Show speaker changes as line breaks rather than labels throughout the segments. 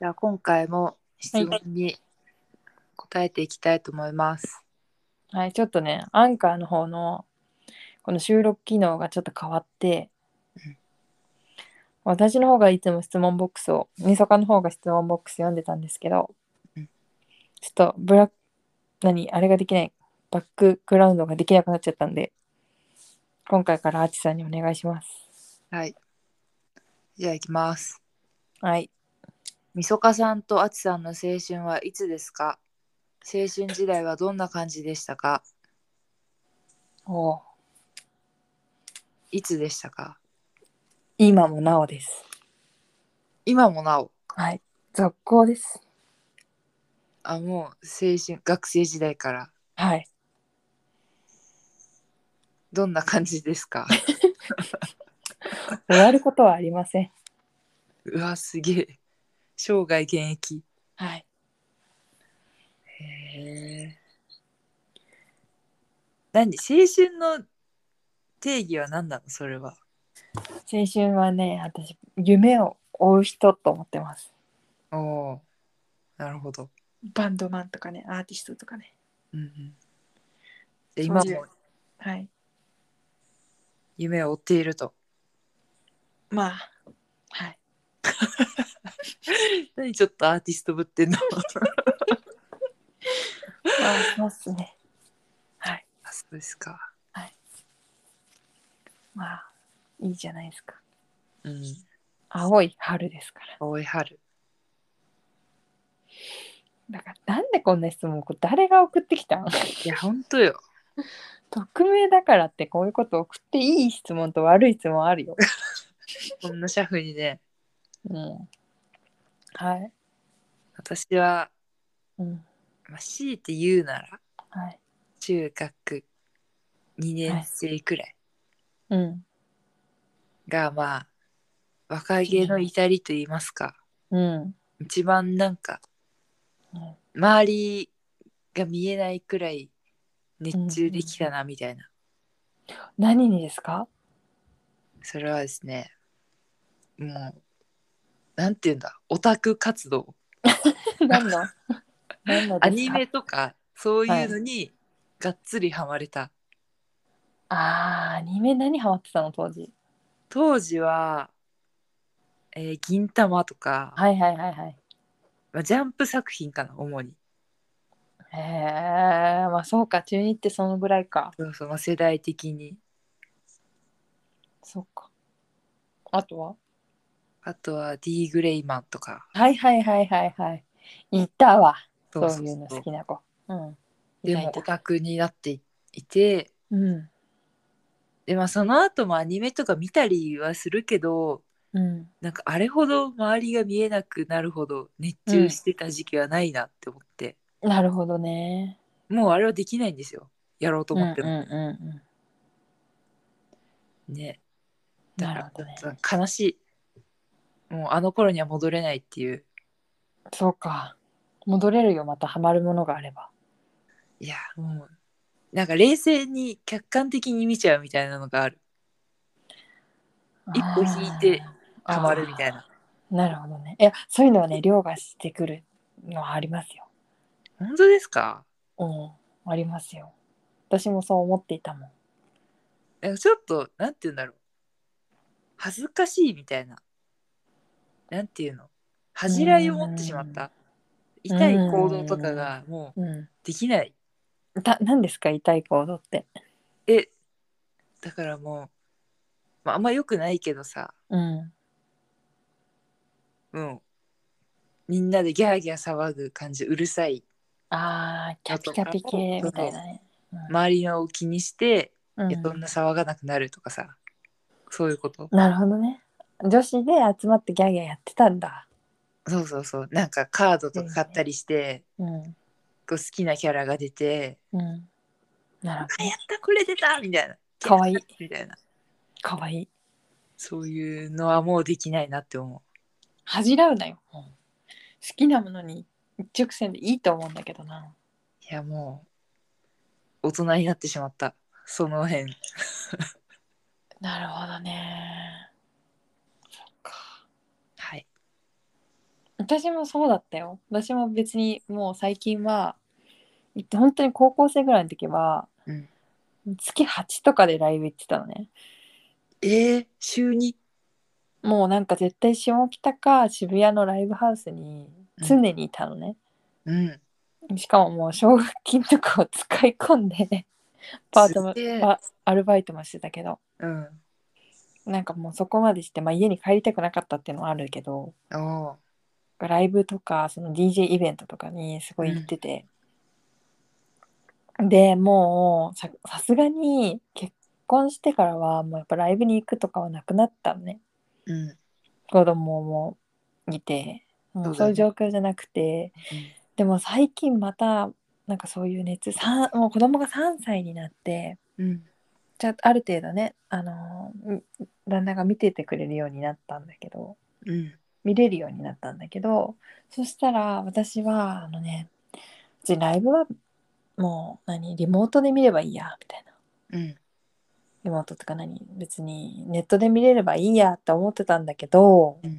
じゃあ今回も質問に答えていきたいと思います。
はい、ちょっとね、アンカーの方のこの収録機能がちょっと変わって
うん、
私の方がいつも質問ボックスを、みそかの方が質問ボックス読んでたんですけど、
うん
ちょっとブラック、何、あれができない、バックグラウンドができなくなっちゃったんで、今回からアーチさんにお願いします。
はい。じゃあいきます。
はい。
みそかさんとあちさんの青春はいつですか青春時代はどんな感じでしたか
おう
いつでしたか
今もなおです。
今もなお。
はい。続行です。
あ、もう青春、学生時代から
はい。
どんな感じですか
終わることはありません。
うわ、すげえ。生涯現役。
はい。
へえ。何青春の定義は何なのそれは。
青春はね私夢を追う人と思ってます
おお。なるほど。
バンドマンとかねアーティストとかね
うんうん、で今
そういう
も
はい
夢を追っていると。
まあはい
何ちょっとアーティストぶってんの
まあそうっすねはい
あそうですか。
まあいいじゃないですか
うん。
青い春ですから
青い春。
だからなんでこんな質問これ誰が送ってきたん
いや、ほんとよ。
匿名だからってこういうこと送っていい質問と悪い質問あるよ、
こんなシャフにね、
うん、はい、
私は、
うん、
まあ、強いて言うなら、
はい
中学2年生くらい
うん
が、まあ、若気の至りと言いますか、
うん
一番なんか、
うん
周りが見えないくらい熱中できたな、みたいな。
何にですか
それはですねもうなんていうんだオタク活動
何の何のですか
アニメとかそういうのにがっつりハマれた、
あーアニメ何ハマってたの当時
当時は、えー銀魂とか、
はいはいはいはい。
まあ、ジャンプ作品かな主に
へえまあそうか中二ってそのぐらいか。
そうそう、まあ、世代的に
そうか。あとは
あとは D ・グレイマンとか
はいはいはいはいはい。いたわ
そ
そうう
そう
い
そうう
の好きな子。うん。
で
い
も
た
オ
いた
タクになっていいて
うん。
で、まあ、その後もアニメとか見たりはするけど
うん。
なんかあれほど周りが見えなくなるほど熱中してた時期はないなって思って、
なるほどね。
もうあれはできないんですよやろうと思って
うんう
も、
んうん
ね
うん。
だか
なる
ら
ほどね
ち。ょっと悲しいもうあの頃には戻れないっていう
そうか。戻れるよまたハマるものがあれば。
いやもうなんか冷静に客観的に見ちゃうみたいなのがある一歩引いて
あー
ハマるみたいな
あーなるほどね。いやそういうのはね凌駕してくるのはありますよ。
本当ですか
うん、ありますよ。私もそう思っていたもん。
なんかちょっとなんて言うんだろう恥ずかしいみたいななんていうの恥じらいを持ってしまった痛い行動とかがも
う
うできない
ん。た、何ですか痛い行動って。
えだからもう、まあ、あんま良くないけどさ
うん。
うんみんなでギャーギャー騒ぐ感じうるさい
ああ、キャピキャピ系みたいなね。
周りのを気にして、
うん
いやそんな騒がなくなるとかさそういうこと
なるほどね。女子で集まってギャーギャーやってたんだ。
そうそうそうなんかカードとか買ったりして、
うん。
こう好きなキャラが出て
うん。なる
「
ほ
あ
ど
や。ったこれ出た!」みたいな「
かわいい
やったみたいな
かわいい。
そういうのはもうできないなって思
恥じらうなよ。好きなものに一直線でいいと思うんだけどな。
ういやもう大人になってしまったその辺
なるほどね。そっか。
はい
私もそうだったよ私も別にもう最近は本当に高校生ぐらいの時は、
うん
月8とかでライブ行ってたのね
えー、週に
もうなんか絶対下北か渋谷のライブハウスに常にいたのね、
うん。
しかももう奨学金とかを使い込 んでパートも
すげえ
パアルバイトもしてたけど
うん。
なんかもうそこまでして、まあ、家に帰りたくなかったっていうのはあるけど
おー
ライブとかその DJ イベントとかにすごい行ってて、でもうささすがに結婚してからはもうやっぱライブに行くとかはなくなったのね
うん。
子供もいてもうそういう状況じゃなくて、
うん
でも最近またなんかそういう熱さんもう子供が3歳になって
うん。
じゃあある程度ね、あのうん旦那が見ててくれるようになったんだけど
うん。
見れるようになったんだけどそしたら私はあのねうちライブはもう何リモートで見ればいいやみたいな
うん。
リモートとか何別にネットで見れればいいやって思ってたんだけど、
うん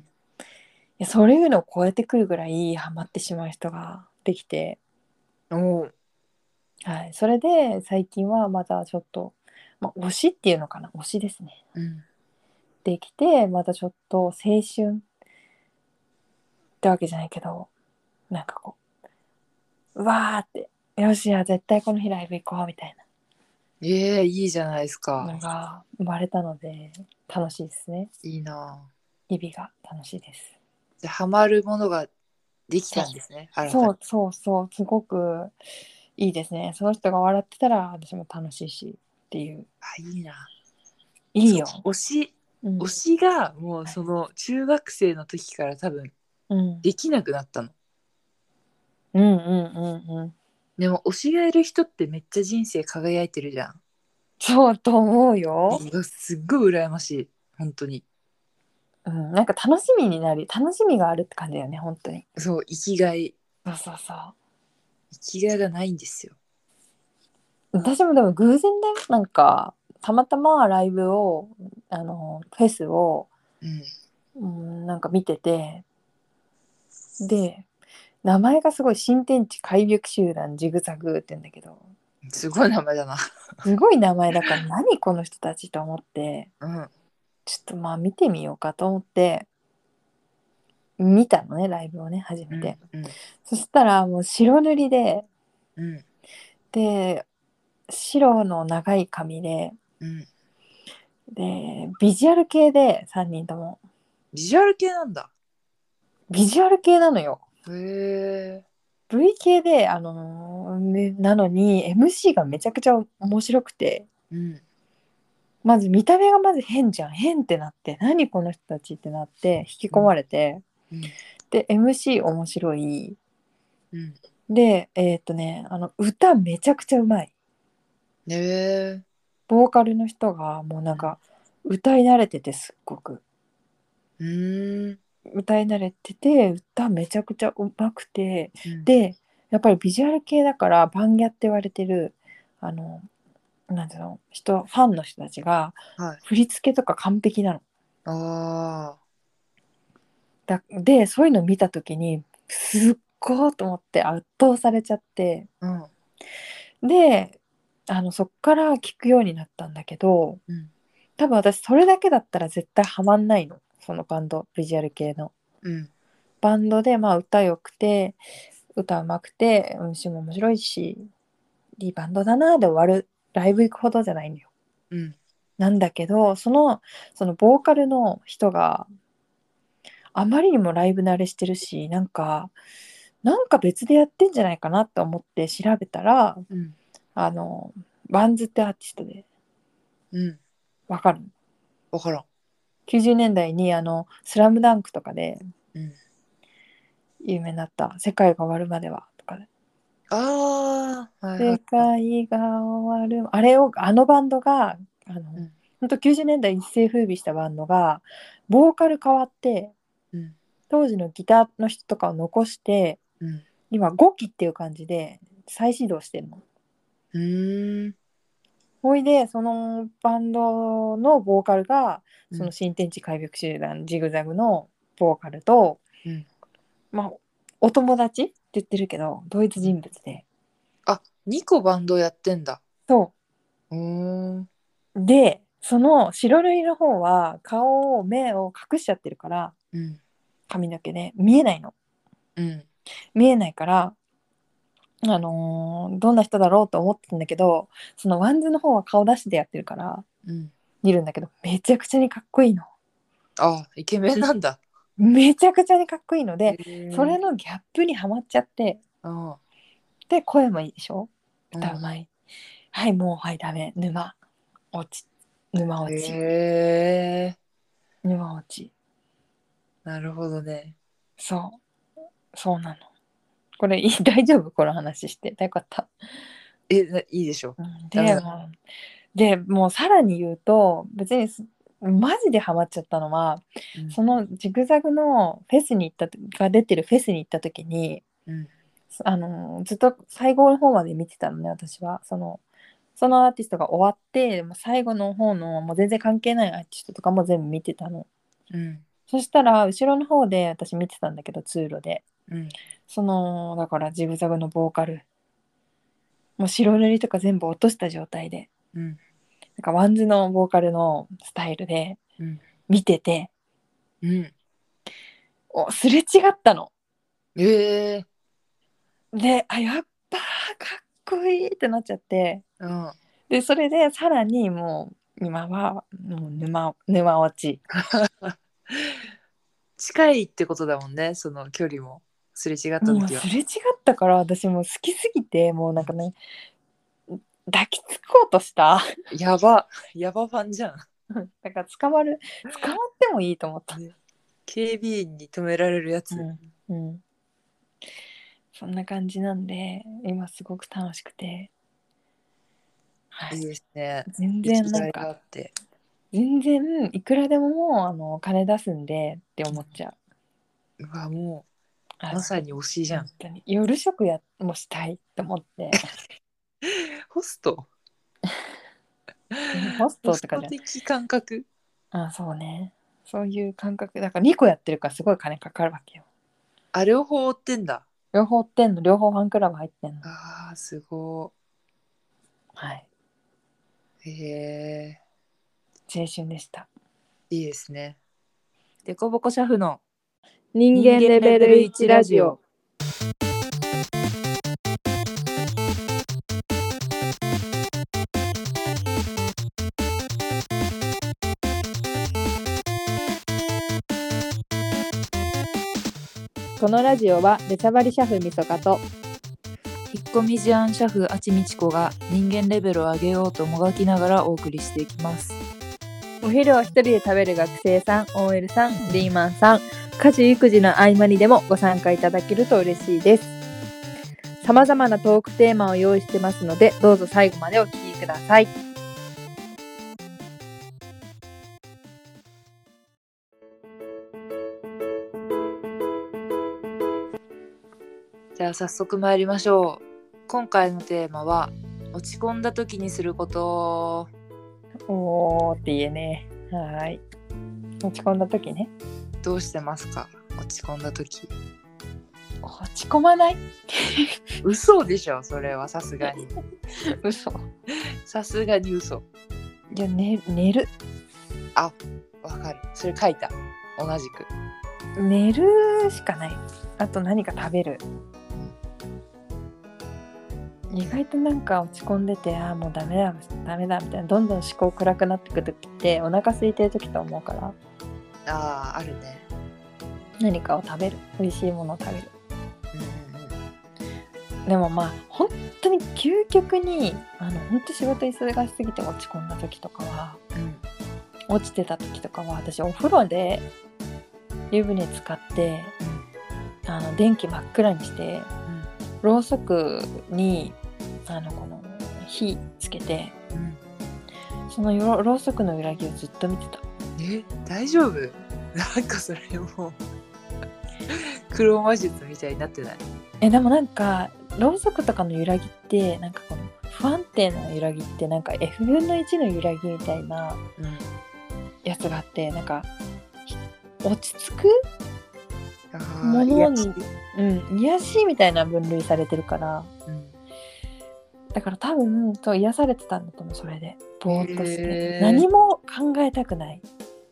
いやそういうのを超えてくるぐらいハマってしまう人ができて、
おー
はい、それで最近はまたちょっと、まあ、推しっていうのかな推しですね
うん。
できてまたちょっと青春ってわけじゃないけどなんかこううわーってよしや絶対この日ライブ行こうみたい
ええいいじゃないです
な
か
の。が生まれたので楽しいですね
いいなぁ
日々が楽しいです。
じゃあハマるものができたんですね。新たに
そうそうそうすごくいいですねその人が笑ってたら私も楽しいしっていう
あいいない
いよ、
推し
うん
推しがもうその中学生の時から多分
うん、
できなくなったの
うんうんうんうん
でも推しがいる人ってめっちゃ人生輝いてるじゃん
そうと思うよ、
うわすっごい羨ましい本当に
うん、なんか楽しみになる楽しみがあるって感じだよね本当に
そう生きがい
そうそうそう
生きがいがないんですよ
私もでも偶然だよなんかたまたまライブをあのフェスを、
うん
うん、なんか見ててで名前がすごい新天地開力集団ジグザグって言うんだけど
すごい名前だな
すごい名前だから何この人たちと思って
うん
ちょっとまあ見てみようかと思って見たのねライブをね初
う
め
ん
て、
うん
そしたらもう白塗りで
うん
で白の長い髪で
うん
でビジュアル系で3人とも
ビジュアル系なんだ
ビジュアル系なのよ
へえ
V 系であのーねなのに MC がめちゃくちゃ面白くて
うん
まず見た目がまず変じゃん変ってなって何この人たちってなって引き込まれて、
うん
で MC 面白い
うん
でえーっとねあの歌めちゃくちゃうまい
へえ
ボーカルの人がもうなんか歌い慣れててすっごく
うーん
歌い慣れてて歌めちゃくちゃうまくて
うん
でやっぱりビジュアル系だからバンギャって言われてるあのなんていうの人ファンの人たちが
はい
振り付けとか完璧なの。
あ
だでそういうの見た時にすっごいと思って圧倒されちゃって
あうん
であのそっから聞くようになったんだけど
うん
多分私それだけだったら絶対ハマんないのそのバンドビジュアル系の
うん
バンドでまあ歌よくて歌うまくて MC も面白いしいいバンドだなで終わるライブ行くほどじゃないのよ
うん
なんだけどそのそのボーカルの人があまりにもライブ慣れしてるしなんかなんか別でやってんじゃないかなと思って調べたら
うん
あのバンズってアーティストで
うん
わかる
分からん
90年代にあの「スラムダンクとかで
うん
有名になった「世界が終わるまでは」とかで
ああ、はいは
世
い。
界が終わるあれをあのバンドがあの、
ん
ほんと90年代一世風靡したバンドがボーカル変わって
うん。
当時のギターの人とかを残して
うん。
今5期っていう感じで再始動してるの。
うーん。
ほいでそのバンドのボーカルが
うん
その新天地開拓集団ジグザグのボーカルと、
うん
まあお友達って言ってるけど同一人物で
あ二2個バンドやってんだ
そう
ーん
うでその白類の方は顔を目を隠しちゃってるから
うん
髪の毛で見えないの
うん
見えないからあのーどんな人だろうと思ってたんだけどそのワンズの方は顔出しでやってるから
うん
見るんだけどめちゃくちゃにかっこいいの
あイケメンなんだ
めちゃくちゃにかっこいいのでそれ
の
のギャップにはまっちゃって
あ
で声もいいでしょ
うん
歌うまい、はいもうはいダメ沼落ち沼落ち、
へえ
沼落ち
なるほどね
そうそうなのこれい い大丈夫この話してよかった、
えないいでしょ
うん
ダメ
で
だ
もうでもうさらに言うと別にすマジでハマっちゃったのは
うん
そのジグザグのフェスに行ったとが出てるフェスに行った時に
うん
あのずっと最後の方まで見てたのね私はそのそのアーティストが終わってもう最後の方のもう全然関係ないアーティストとかも全部見てたの
うん
そしたら後ろの方で私見てたんだけど通路で
うん
そのだからジグザグのボーカルもう白塗りとか全部落とした状態で
うん
なんかワンズのボーカルのスタイルで
うん
見てて
うん
おすれ違ったの
ええ
であやっぱかっこいいってなっちゃって
うん
でそれでさらにもう今はもう沼沼落ち
近いってことだもんねその距離もすれ違った
もう
時は
すれ違ったから私もう好きすぎてもうなんかね抱きつこうとした
やばやばファンじゃん
だから捕まる捕まってもいいと思った、
警備員に止められるやつ、
うんうん、そんな感じなんで今すごく楽しくて、はい
い
い、
ですね
全
時
然なん
代があ
か
って
全然いくらでももうあの金出すんでって思っちゃう、
うわもう
はい
まさに推しじゃん、
本当に夜食やもしたいと思って。
ホスト
ホス
ホ
トと
ス
か
ト
じ
的感覚
ゃん。あそうね。そういう感覚。だから2個やってるからすごい金かかるわけよ。
あ両方追ってんだ
両方売ってんの、両方ファンクラブ入ってんの。
あーすご
はい。
いへえ
青春でした。
いいですねでこぼこシャフの
人
間レベル1ラジオ。
このラジオは出しゃばりシャフみそかと
引っ込み思案シャフあちみちこが人間レベルを上げようともがきながらお送りしていきます
お昼を一人で食べる学生さん OL さんリーマンさん家事育児の合間にでもご参加いただけると嬉しいですさまざまなトークテーマを用意してますのでどうぞ最後までお聞きください
じゃあ早速参りましょう今回のテーマは落ち込んだ時にすること
おーって言えねはーい落ち込んだ時ね
どうしてますか落ち込んだ時
落ち込まない
嘘でしょそれはさす がに
嘘
さすがに嘘
いや、ね、寝る
わかるそれ書いた同じく
寝るしかないあと何か食べる意外となんか落ち込んでてああもうダメだダメだみたいなどんどん思考暗くなってくる時ってお腹空いてる時と思うから
あああるね
何かを食べる美味しいものを食べる
うんうんうん
でもまあ本当に究極にあの本当仕事忙しすぎて落ち込んだ時とかは
うん
落ちてた時とかは私お風呂で湯船使ってあの電気真っ暗にしてろうそくにあのこの火つけて
うん
そのろろうそくの裏着をずっと見てた
え大丈夫 なんかそれもう 黒魔術みたいになってない
えでもなんかろうそくとかの揺らぎってなんかこの不安定な揺らぎってなんか F 分の1の揺らぎみたいな
うん
やつがあってなんかひ落ち着く
やー
物に
いや
うん、癒やしみたいな分類されてるから
うん
だから多分そう癒されてたんだと思うそれでぼーっとす
へ
る
ー
何も考えたくない、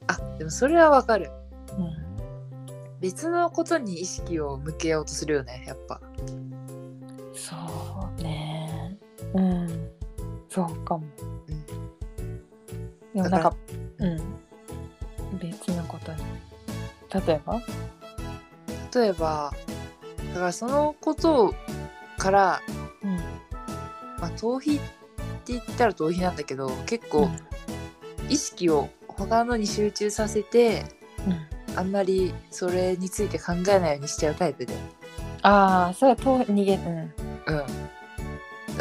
あでもそれはわかる
うん、
別のことに意識を向けようとするよねやっぱ
そうねうんそうかも、
うん
でもな
だ
ん
か
かうん別のことに例えば
例えばだからそのことから、
うん
まあ、逃避って言ったら逃避なんだけど結構意識を他のに集中させて
うんうん
あんまりそれについて考えないようにしちゃうタイプで
ああそれはと逃げうん
うん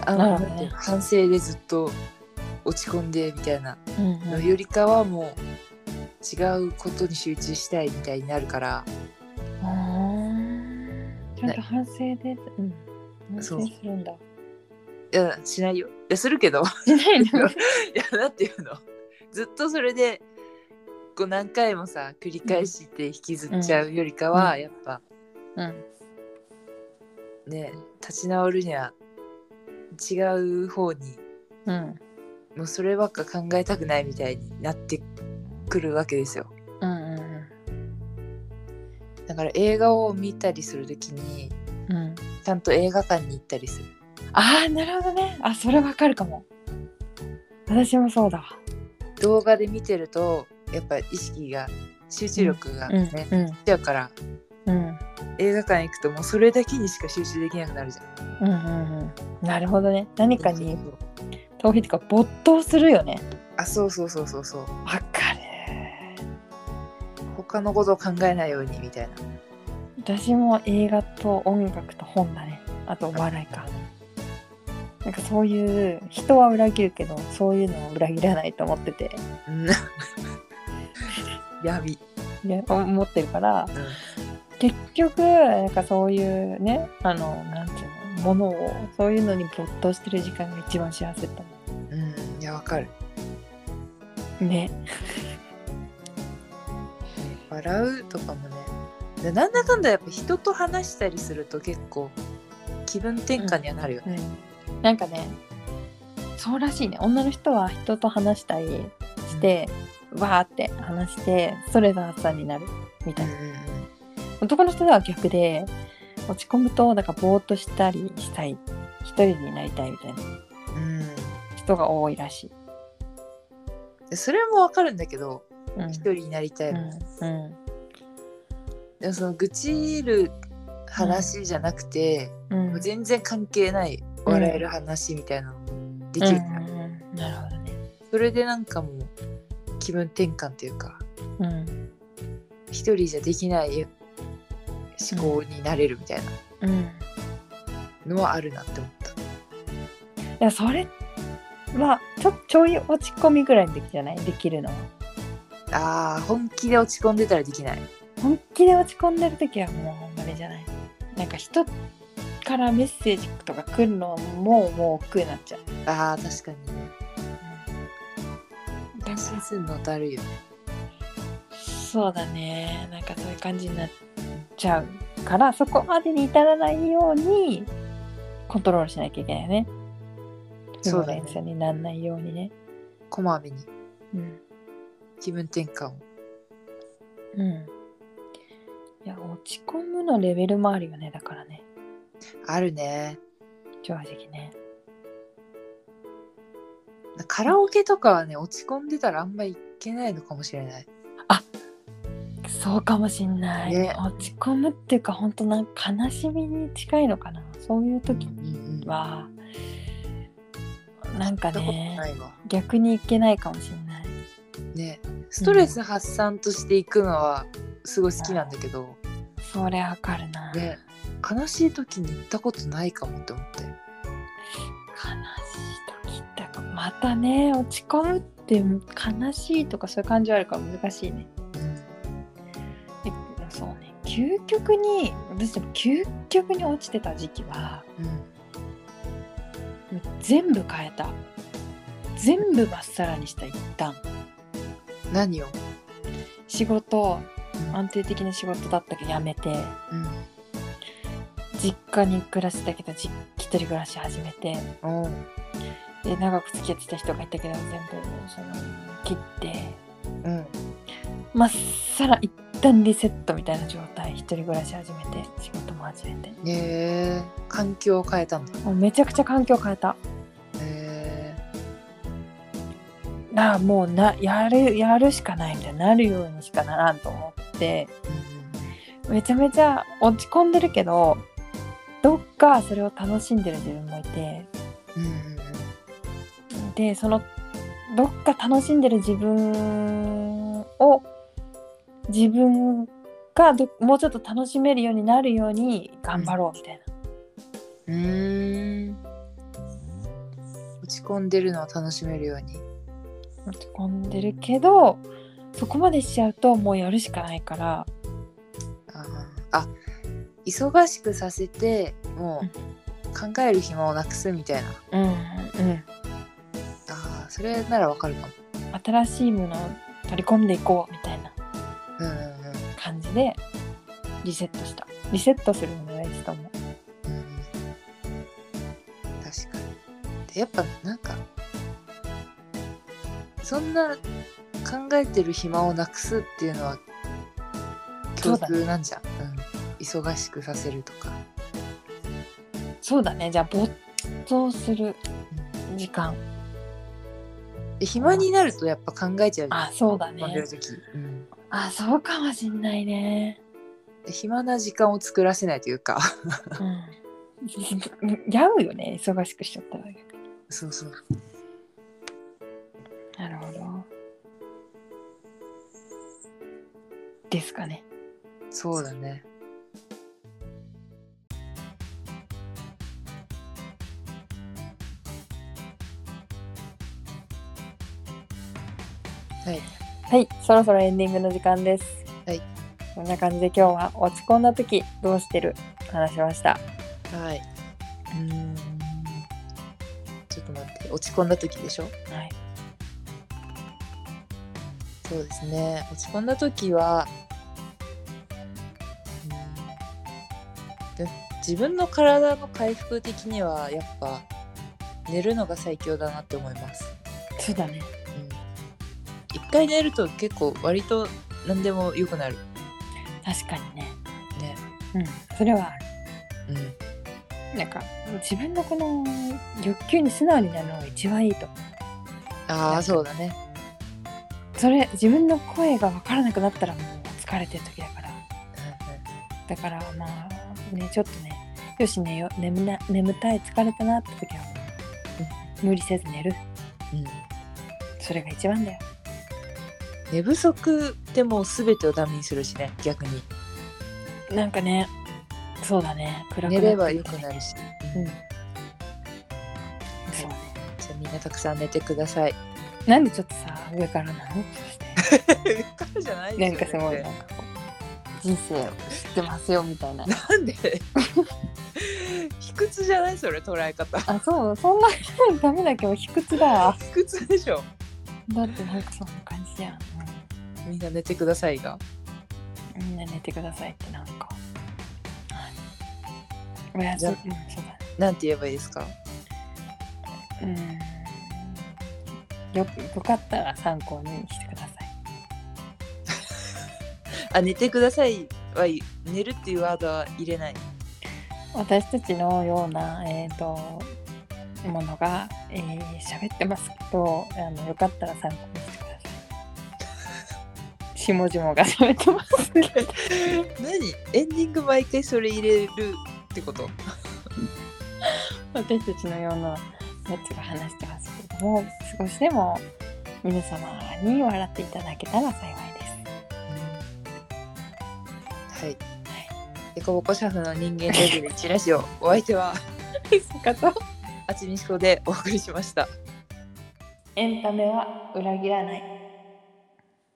あ
なる
の、
ほどね
なんていうの反省でずっと落ち込んでみたいな
うん
のよりかはもう違うことに集中したいみたいになるから
うんちゃんと反省で、うん、反
そ
省
う
する んだ
いやしないよいやするけど
しない
のいやなんていうのずっとそれでこう何回もさ繰り返して引きずっちゃうよりかは、
うん
やっぱ
うん
ね立ち直るには違う方に
うん
もうそればっか考えたくないみたいになってくるわけですよ
うん
だから映画を見たりするときに
うんうん
ちゃんと映画館に行ったりする
ああなるほどねあそれわかるかも私もそうだわ
動画で見てるとやっぱ意識が集中力がね、し
うん
ちゃうから
うん
映画館行くともうそれだけにしか集中できなくなるじゃん
うんうんうんなるほどね何かに
そうそうそう
逃避とか没頭するよね
あそうそうそうそうそう
わかる
他のことを考えないようにみたいな
私も映画と音楽と本だねあとお笑いかなんかそういう人は裏切るけどそういうのは裏切らないと思ってて
うん やび、
で思ってるから
うん
結局なんかそういうねあのなんていうのものをそういうのに没頭してる時間が一番幸せだと思
うん、いやわかる
うね
笑うとかもねでなんだかんだやっぱ人と話したりすると結構気分転換にはなるよね、
うん、なんかねそうらしいね女の人は人と話したりしてわーって話してストレス発散になるみた
う
い
ん
な
うん
男の人では逆で落ち込むとだからぼーっとしたりしたい一人になりたいみたいな
うん
人が多いらし
う
い。
んでそれもわかるんだけど
うん
一人になりたいもん、
うんうん
でもその愚痴る話じゃなくて、
うん
もう全然関係ない笑える話みたいなのもできるじゃん、
うんうんうんなるほどね。
それでなんかもう気分転換というか
うん
一人じゃできない思考になれるみたい
うん、い
なのはあるなって思った、
やそれはちょちょい落ち込みぐらいの時じゃないできるのは
あー本気で落ち込んでたらできない
本気で落ち込んでる時はもうあれじゃないなんか人からメッセージとか来るのももう億劫になっちゃう、
あー確かにね
だ
安
か
心するのだるいよね
らそうだねなんかそういう感じになっちゃうからそこまでに至らないようにコントロールしなきゃいけないよね
そうだね
負の連鎖にならないようにね
こまめに
うん
気分転換を
うんいや落ち込むのレベルもあるよねだからね
あるね
正直ね
カラオケとかはね落ち込んでたらあんまいけないのかもしれない
そうかもしんない、
ね
落ち込むっていうか本当なんか悲しみに近いのかなそういう時
うんうん
はなんか
したこと
ね
ないわ
逆にいけないかもしんない
ねストレス発散としていくのはすごい好きなんだけど、
それわかるな、
ね悲しい時に行ったことないかもって思って
悲しい時だかまたね落ち込むって悲しいとかそういう感じはあるから難しいねでそうね究極に私でも究極に落ちてた時期は
うん、うん
もう全部変えた全部まっさらにした一旦
何を
仕事安定的な仕事だったけど辞めて
うん
実家に暮らしてたけどじ一人暮らし始めて
おう
で長く付き合ってた人がいたけど全部その切って
うん
まっさら一旦リセットみたいな状態一人暮らし始めて仕事も始めて
へえ環境を変えたんだ
もうめちゃくちゃ環境変えた
へ
なあもうなやるやるしかないみたいになるようにしかならんと思って
え
めちゃめちゃ落ち込んでるけどどっかそれを楽しんでる自分もいて
うんうん
でそのどっか楽しんでる自分を自分がどもうちょっと楽しめるようになるように頑張ろうみたいな、
うんうんうーん落ち込んでるのを楽しめるように
落ち込んでるけどそこまでしちゃうともうやるしかないから
あーあ忙しくさせてもう考える暇をなくすみたいな
うんうん
あーそれならわかるかも
新しいものを取り込んでいこうみたいな
うんうんうん
感じでリセットしたリセットするのが大事と思う
うん確かにでやっぱなんかそんな考えてる暇をなくすっていうのは共
そうだね
通なんじゃんう、ん、忙しくさせるとか、
そうだねじゃあ没頭する
うん
時間
で暇になるとやっぱ考えちゃうじゃん
あそうだね
飲んでる時、うん
あそうかもしんないね
で暇な時間を作らせないというか
うんやうよね忙しくしちゃったら
そうそう
なるほどですかね
そうだねはい
はいそろそろエンディングの時間です
はい
こんな感じで今日は落ち込んだ時どうしてる話しました
はい。うん。ちょっと待って、落ち込んだ時でしょ
はい
そうですね。落ち込んだ時は、うんで自分の体の回復的にはやっぱ寝るのが最強だなって思います。
そうだね
うん一回寝ると結構割と何でも良くなる。
確かにね
ね。
うんそれはある
うん。
なんか自分のこの欲求に素直になるのが一番いいと思
ああ、そうだね。
うそれ自分の声が分からなくなったらもう疲れてる時だからだからまあねちょっとねよし寝よ眠な眠たい疲れたなって時はもう無理せず寝る
うん。うん
それが一番だよ
寝不足でもう全てをダメにするしね、逆に。
なんかねそうだね暗く
寝れば
よ
良くなるし。
うん
じ
そうね
ゃあみんなたくさん寝てくだ さい。
なんでちょっとさ上からなのそ して
からじゃない
なんかすごいなんかこう人生を知ってますよみたいな
なんで 卑屈じゃないそれ捉え方。
あそうそんなダメだけど卑屈だわ
卑屈でしょ。
だってなんかそんな感じじゃん、
みんな寝てくださいが。
みんな寝てくださいってなんか、はい、おやす
じ
み
ゃ
う
あ
んそうだね
なんて言えばいいですか。
うんよよかったら参考にしてください
あ寝てくださいは寝るっていうワードは入れ ない。
私たちのようなえっ、とものが喋、えー、喋ってますけどあのよかったら参考にしてください下々が喋ってますけど
何エンディング毎回それ入れるってこと。
私たちのようなやつが話してますけれども少しでも皆様に笑っていただけたら幸いです
はい。でこぼこシャフの人間レベル1ラジオお相手は
かと
あちみしこでお送りしました。
エンタメは裏切らない